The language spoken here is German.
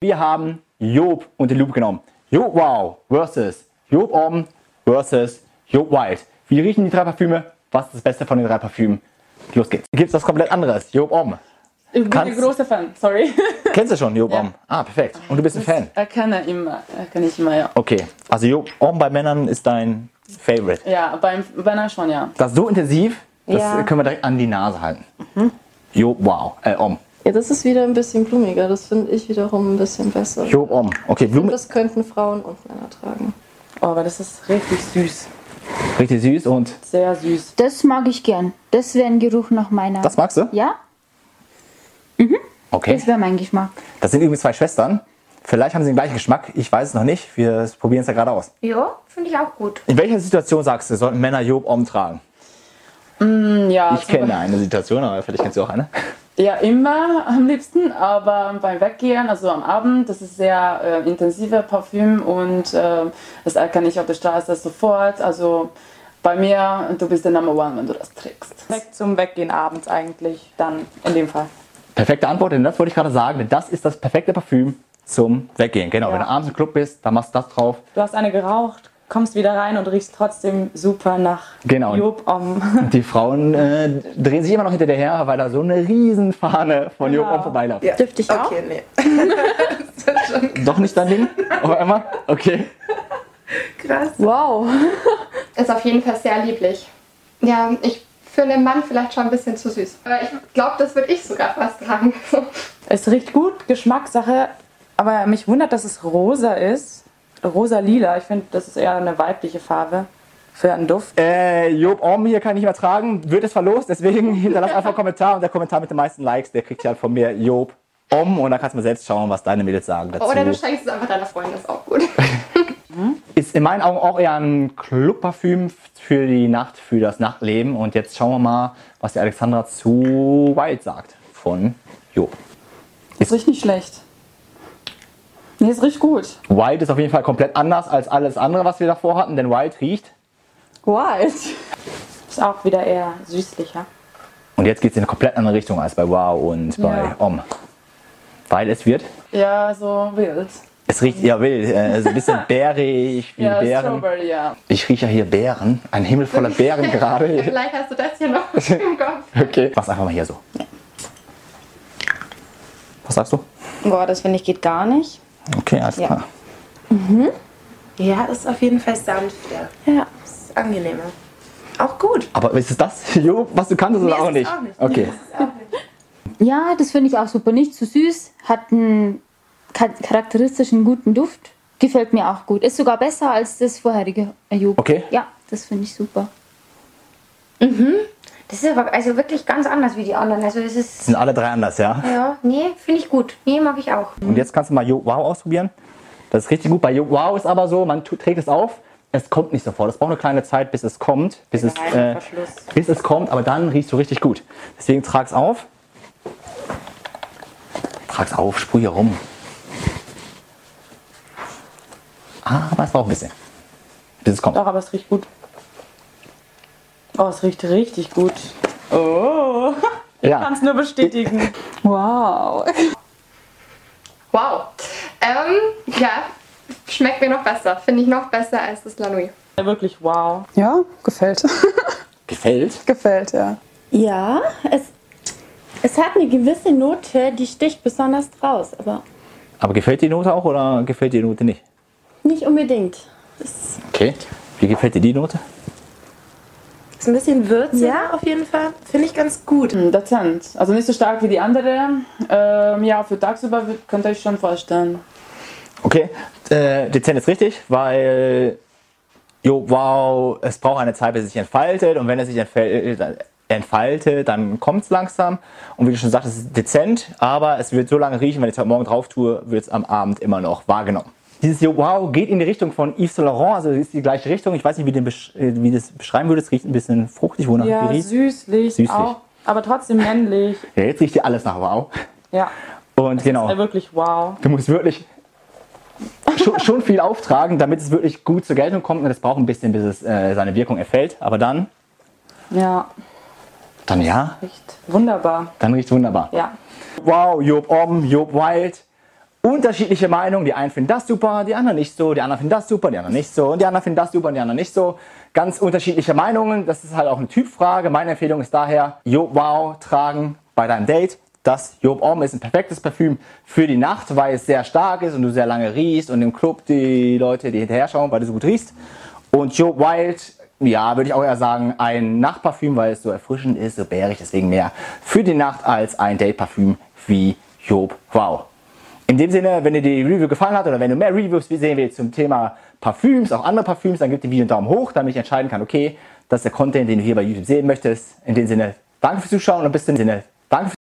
Wir haben Job unter die Lupe genommen. Job Wow versus Job Om versus Job White. Wie riechen die drei Parfüme? Was ist das Beste von den drei Parfümen? Los geht's. Gibt's was komplett anderes? Job Om. Ich bin Kannst- ein großer Fan, sorry. Kennst du schon Job Ja. Om? Ah, perfekt. Und du bist ein Fan. Erkenne immer, erkenne ich immer, ja. Okay, also Job Om bei Männern ist dein Favorite. Ja, beim Banner schon, ja. Das ist so intensiv, das Ja. können wir direkt an die Nase halten. Job Wow, äh, Om. Ja, das ist wieder ein bisschen blumiger. Das finde ich wiederum ein bisschen besser. Job Om. Okay, Und Blume das könnten Frauen und Männer tragen. Oh, aber das ist richtig süß. richtig süß und Sehr süß. Das mag ich gern. Das wäre ein Geruch nach meiner. das magst du? Ja, Okay. das wäre mein Geschmack. Das sind übrigens zwei Schwestern. Vielleicht haben sie den gleichen Geschmack. Ich weiß es noch nicht. Wir probieren es ja gerade aus. Ja, finde ich auch gut. In welcher Situation sagst du, sollten Männer Job Om tragen? Ja, Ich zum kenne eine Situation, aber vielleicht kennst du auch eine. Ja, immer am liebsten, aber beim Weggehen, also am Abend, das ist sehr äh, intensiver Parfüm und äh, das erkenne ich auf der Straße sofort. Also bei mir, du bist der Number One, wenn du das trägst. Perfekt zum Weggehen abends eigentlich, dann in dem Fall. Perfekte Antwort, denn das wollte ich gerade sagen, denn das ist das perfekte Parfüm zum Weggehen. Genau, wenn du abends im Club bist, dann machst du das drauf. Du hast eine geraucht, kommst wieder rein und riechst trotzdem super nach Genau. Job Om. Die Frauen äh, drehen sich immer noch hinter dir her, weil da so eine Riesenfahne von Job Om vorbeiläuft. Dürfte ich auch? Okay, nee. Doch nicht dein Ding? Auf einmal? Okay. Krass. Wow. Ist auf jeden Fall sehr lieblich. Ja, ich für einen Mann vielleicht schon ein bisschen zu süß. Aber ich glaube, das würde ich sogar fast tragen. Es riecht gut, Geschmackssache, aber mich wundert, dass es rosa ist. Rosa-lila, ich finde, das ist eher eine weibliche Farbe für einen Duft. Äh, Job Om hier kann ich nicht mehr tragen, wird es verlost, deswegen hinterlass einfach einen Kommentar und der Kommentar mit den meisten Likes, der kriegt ja von mir Job Om und dann kannst du mal selbst schauen, was deine Mädels sagen dazu. Oder du schenkst es einfach deiner Freundin, ist auch gut. Ist in meinen Augen auch eher ein Clubparfüm für die Nacht, für das Nachtleben und jetzt schauen wir mal, was die Alexandra zu Wild sagt von Job. Es riecht nicht schlecht. Nee, es riecht gut. Wild ist auf jeden Fall komplett anders als alles andere, was wir davor hatten, denn Wild riecht Wild. Ist auch wieder eher süßlicher. und jetzt geht es in eine komplett andere Richtung als bei Wow und bei Ja. Om. Weil es wird Ja, so wild. Es riecht ja wild, äh, so ein bisschen bärig, wie Ja, Beeren. Strawberry, ja. Ich rieche ja hier Beeren, ein Himmel voller Beeren gerade. vielleicht hast du das hier noch im Kopf. Okay. Mach's einfach mal hier so. Was sagst du? Boah, das finde ich geht gar nicht. Okay, alles Ja. klar. Ja, ist auf jeden Fall sanfter. Ja. Ist angenehmer. Auch gut. Aber ist es das, Jo, was du kanntest oder Nee, auch, ist es nicht? auch nicht. Okay. Ja, das finde ich auch super. Nicht zu süß, hat einen cha- charakteristischen guten Duft. Gefällt mir auch gut. Ist sogar besser als das vorherige Job. Okay. Ja, das finde ich super. Das ist aber also wirklich ganz anders wie die anderen. Also es ist. Sind alle drei anders, ja? Ja, nee, finde ich gut. Nee, mag ich auch. Und jetzt kannst du mal Jo Wow ausprobieren. Das ist richtig gut. Bei Jo Wow ist aber so, man tu- trägt es auf, es kommt nicht sofort. Es braucht eine kleine Zeit, bis es kommt. Bis es, äh, bis es kommt, aber dann riechst du richtig gut. Deswegen trag's auf. Trag's auf, sprüh hier rum. Aber es braucht ein bisschen. Bis es kommt. Doch, aber es riecht gut. Oh, es riecht richtig gut. Oh, Ja. Kannst nur bestätigen. wow. Wow. Ähm, ja, schmeckt mir noch besser. Finde ich noch besser als das Lanui. Wirklich wow. Ja, gefällt. Gefällt. gefällt, ja. Ja, es, es hat eine gewisse Note, die sticht besonders raus, aber Aber gefällt die Note auch oder gefällt die Note nicht? nicht unbedingt. Okay. Wie gefällt dir die Note? Ist ein bisschen würzig auf jeden Fall. Finde ich ganz gut. Hm, Dezent. Also nicht so stark wie die andere. Ähm, ja, für tagsüber wür- könnt ihr euch schon vorstellen. Okay, äh, dezent ist richtig, weil, jo, wow, es braucht eine Zeit, bis es sich entfaltet und wenn es sich entfal- dann- entfaltet, dann kommt es langsam und wie du schon sagtest, es ist dezent, aber es wird so lange riechen, wenn ich es heute Morgen drauf tue, wird es am Abend immer noch wahrgenommen. Dieses Jo Wow geht in die Richtung von Yves Saint Laurent, also es ist die gleiche Richtung. Ich weiß nicht, wie, den besch äh, wie das beschreiben würde. Es riecht ein bisschen fruchtig, wonach Ja, die riecht. süßlich, Süßlich. auch. Aber trotzdem männlich. Ja, jetzt riecht dir alles nach Wow. Ja, Und genau. äh, wirklich wow. Du musst wirklich schon, schon viel auftragen, damit es wirklich gut zur Geltung kommt. Und das braucht ein bisschen, bis es äh, seine Wirkung erfällt. Aber dann, Ja, dann ja, echt wunderbar. dann riecht wunderbar. Ja. Wow, Job Om, Job Wild unterschiedliche Meinungen. Die einen finden das super, die anderen nicht so, die anderen finden das super, die anderen nicht so und die anderen finden das super und die anderen nicht so. Ganz unterschiedliche Meinungen. Das ist halt auch eine Typfrage. Meine Empfehlung ist daher, Job Wow tragen bei deinem Date. Das Job Om ist ein perfektes Parfüm für die Nacht, weil es sehr stark ist und du sehr lange riechst und im Club die Leute dir hinterher schauen, weil du so gut riechst. Und Joe Wild, ja, würde ich auch eher sagen, ein Nachtparfüm, weil es so erfrischend ist, so bärig, deswegen mehr für die Nacht als ein Dateparfüm wie Job Wow. In dem Sinne, wenn dir die Review gefallen hat oder wenn du mehr Reviews sehen willst zum Thema Parfüms, auch andere Parfüms, dann gib dem Video einen Daumen hoch, damit ich entscheiden kann, okay, das ist der Content, den du hier bei YouTube sehen möchtest. In dem Sinne, danke fürs Zuschauen und bis zum Sinne, danke fürs